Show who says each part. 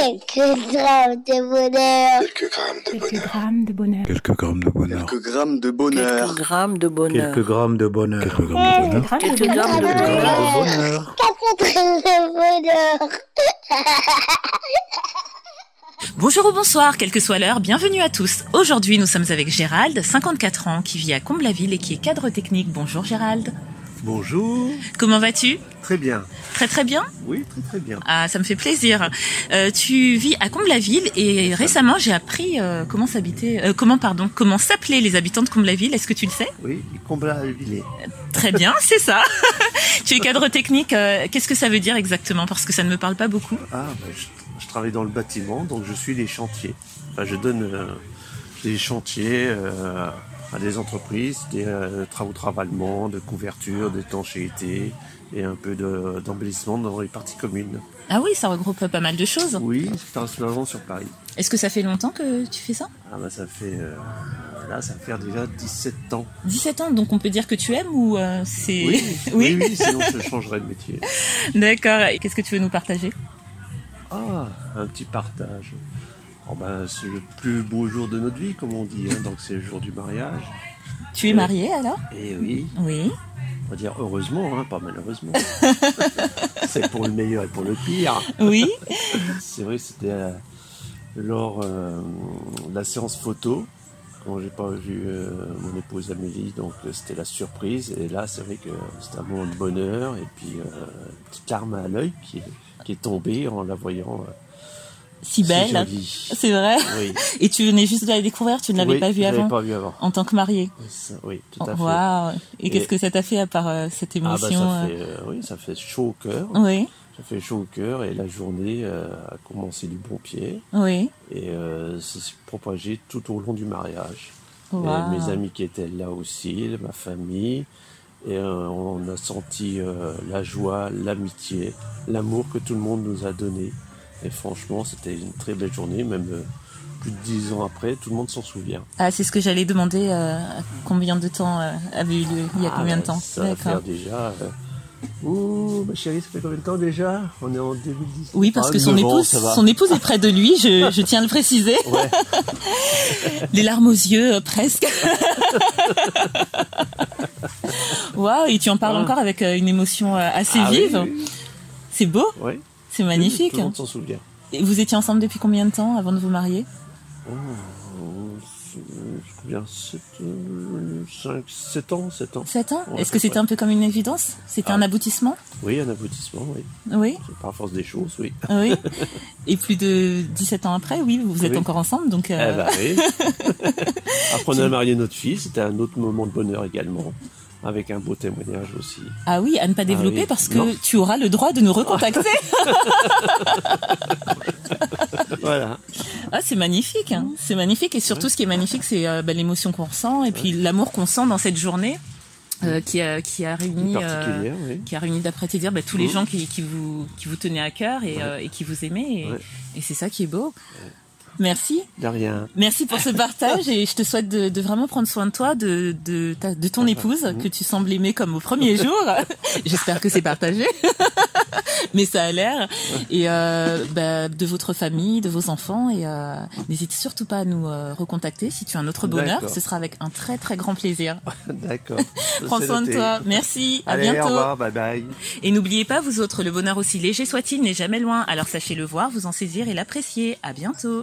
Speaker 1: Quelques grammes de bonheur.
Speaker 2: Quelques grammes de
Speaker 3: Quelques
Speaker 2: bonheur.
Speaker 3: grammes de bonheur.
Speaker 4: Quelques grammes de bonheur.
Speaker 5: Quelques grammes de bonheur.
Speaker 6: Quelques grammes de bonheur.
Speaker 7: Quelques grammes de bonheur.
Speaker 4: Quelques grammes de
Speaker 3: Grammes de
Speaker 4: bonheur.
Speaker 6: Quelques
Speaker 3: bonheur.
Speaker 6: grammes de bonheur.
Speaker 7: bonheur.
Speaker 1: Quatre grammes de bonheur.
Speaker 8: Bonjour ou bonsoir, quelle que soit l'heure, bienvenue à tous. Aujourd'hui, nous sommes avec Gérald, 54 ans, qui vit à Comble-la-Ville et qui est cadre technique. Bonjour Gérald.
Speaker 7: Bonjour.
Speaker 8: Comment vas-tu
Speaker 7: Très bien.
Speaker 8: Très très bien
Speaker 7: Oui, très très bien.
Speaker 8: Ah, ça me fait plaisir. Euh, tu vis à Comble-la-Ville et récemment, j'ai appris euh, comment s'habiter, euh, comment pardon, comment s'appelaient les habitants de Comble-la-Ville. Est-ce que tu le sais
Speaker 7: Oui, il comble à Villiers.
Speaker 8: Très bien, c'est ça. tu es cadre technique. euh, Qu'est-ce que ça veut dire exactement Parce que ça ne me parle pas beaucoup.
Speaker 7: Ah, ben, je, je travaille dans le bâtiment, donc je suis les chantiers. Enfin, je donne euh, des chantiers euh, à des entreprises, des euh, travaux de ravalement, de couverture, d'étanchéité et un peu de- d'embellissement dans les parties communes.
Speaker 8: Ah oui, ça regroupe pas mal de choses.
Speaker 7: Oui, principalement sur Paris.
Speaker 8: Est-ce que ça fait longtemps que tu fais ça
Speaker 7: Ah ben, ça fait euh, là, ça fait déjà 17 ans.
Speaker 8: 17 ans, donc on peut dire que tu aimes ou euh, c'est...
Speaker 7: Oui, oui,
Speaker 8: Oui.
Speaker 7: oui, sinon je changerais de métier.
Speaker 8: D'accord. Et Qu'est-ce que tu veux nous partager
Speaker 7: Ah, un petit partage. Oh ben, c'est le plus beau jour de notre vie, comme on dit, hein, donc c'est le jour du mariage.
Speaker 8: Tu es
Speaker 7: Euh,
Speaker 8: marié alors
Speaker 7: Et oui,
Speaker 8: Oui.
Speaker 7: on va dire heureusement, hein, pas malheureusement. c'est pour le meilleur et pour le pire.
Speaker 8: Oui.
Speaker 7: C'est vrai, c'était euh, lors euh, de la séance photo. Quand j'ai pas vu euh, mon épouse Amélie, donc euh, c'était la surprise. Et là, c'est vrai que c'était un moment de bonheur. Et puis, euh, une petite larme à l'œil qui, est- qui est tombée en la voyant. euh,
Speaker 8: Si
Speaker 7: si
Speaker 8: belle.
Speaker 7: jolie.
Speaker 8: C'est vrai.
Speaker 7: Oui.
Speaker 8: Et tu venais juste de la découvrir, tu ne l'avais
Speaker 7: Oui,
Speaker 8: pas vue
Speaker 7: je l'avais
Speaker 8: avant
Speaker 7: pas vu avant.
Speaker 8: en tant que marié.
Speaker 7: Ça, Oui, tout à fait.
Speaker 8: Waouh. Et,
Speaker 7: Et-
Speaker 8: qu'est-ce que ça t'a fait à part euh, cette
Speaker 7: Ah bah
Speaker 8: émotion
Speaker 7: ça
Speaker 8: euh, Hein
Speaker 7: fait, euh, oui, ça fait chaud au cœur.
Speaker 8: Oui,
Speaker 7: Ça fait chaud au cœur et la journée euh, a commencé du bon pied
Speaker 8: oui.
Speaker 7: et euh, ça s'est propagé tout au long du mariage.
Speaker 8: Waouh.
Speaker 7: Et mes amis qui étaient là aussi, ma famille. Et euh, on a senti euh, la joie, l'amitié, l'amour que tout le monde nous a donné. Et franchement, c'était une très belle journée, même euh, plus de dix ans après, tout le monde s'en souvient.
Speaker 8: Ah, c'est ce que j'allais demander. euh, combien de temps euh, avait eu lieu Il y a
Speaker 7: Ah,
Speaker 8: combien de
Speaker 7: ben,
Speaker 8: temps
Speaker 7: Ça va faire déjà. euh, Ouh, ma chérie, ça fait combien de temps déjà On est en 2010.
Speaker 8: Oui, parce
Speaker 7: Ah,
Speaker 8: que son
Speaker 7: neuf ans,
Speaker 8: épouse,
Speaker 7: ça va.
Speaker 8: son épouse est près de lui. Je, je tiens à le préciser.
Speaker 7: Ouais.
Speaker 8: Les larmes aux yeux, euh, presque. Waouh, et tu en parles
Speaker 7: Ah.
Speaker 8: encore avec euh, une émotion euh, assez
Speaker 7: Ah oui,
Speaker 8: vive.
Speaker 7: oui, oui.
Speaker 8: C'est beau,
Speaker 7: Ouais.
Speaker 8: c'est magnifique.
Speaker 7: Tout le monde s'en souvient.
Speaker 8: Et vous étiez ensemble depuis combien de temps avant de vous marier
Speaker 7: Oh, c'est- c'est Combien 7, 5, 7 euh, ans 7 ans.
Speaker 8: 7 ans
Speaker 7: Ouais,
Speaker 8: Est-ce que c'était
Speaker 7: ouais.
Speaker 8: un peu comme une évidence C'était
Speaker 7: Ah.
Speaker 8: un aboutissement
Speaker 7: Oui, un aboutissement, oui.
Speaker 8: Oui, ah
Speaker 7: C'est Par force des choses, oui.
Speaker 8: oui. et plus de 17 ans après, oui, vous êtes
Speaker 7: Oui.
Speaker 8: encore ensemble, donc... euh,
Speaker 7: Eh ben oui. Après, on a marié notre fille. C'était un autre moment de bonheur également. Avec un beau témoignage aussi.
Speaker 8: Ah oui, à ne pas développer
Speaker 7: oui.
Speaker 8: parce que
Speaker 7: Non.
Speaker 8: tu auras le droit de nous recontacter.
Speaker 7: Voilà.
Speaker 8: Ah, c'est magnifique, hein. c'est magnifique. Et surtout, ce qui est magnifique, c'est euh, bah, l'émotion qu'on ressent et puis l'amour qu'on sent dans cette journée euh, qui, a, qui a réuni, euh,
Speaker 7: Particulière, oui.
Speaker 8: qui a réuni d'après te dire bah, tous les
Speaker 7: Mhm.
Speaker 8: gens qui, qui vous qui vous tenaient à cœur et, euh, et qui vous aimaient. Et,
Speaker 7: Ouais.
Speaker 8: et c'est ça qui est beau. Merci,
Speaker 7: De rien.
Speaker 8: merci pour ce partage et je te souhaite de, de vraiment prendre soin de toi, de, de, ta- de ton épouse
Speaker 7: Mm-hmm.
Speaker 8: que tu sembles aimer comme au premier jour. J'espère que c'est partagé, mais ça a l'air. Et euh, bah, de votre famille, de vos enfants et euh, n'hésite surtout pas à nous euh, recontacter si tu as un autre bonheur.
Speaker 7: D'accord.
Speaker 8: Ce sera avec un très très grand plaisir.
Speaker 7: D'accord.
Speaker 8: Prends
Speaker 7: C'est
Speaker 8: soin de
Speaker 7: noté.
Speaker 8: toi. Merci. À
Speaker 7: Allez,
Speaker 8: bientôt.
Speaker 7: au revoir. Bye bye.
Speaker 8: Et n'oubliez pas, vous autres, le bonheur aussi léger soit-il n'est jamais loin. Alors sachez le voir, vous en saisir et l'apprécier. À bientôt.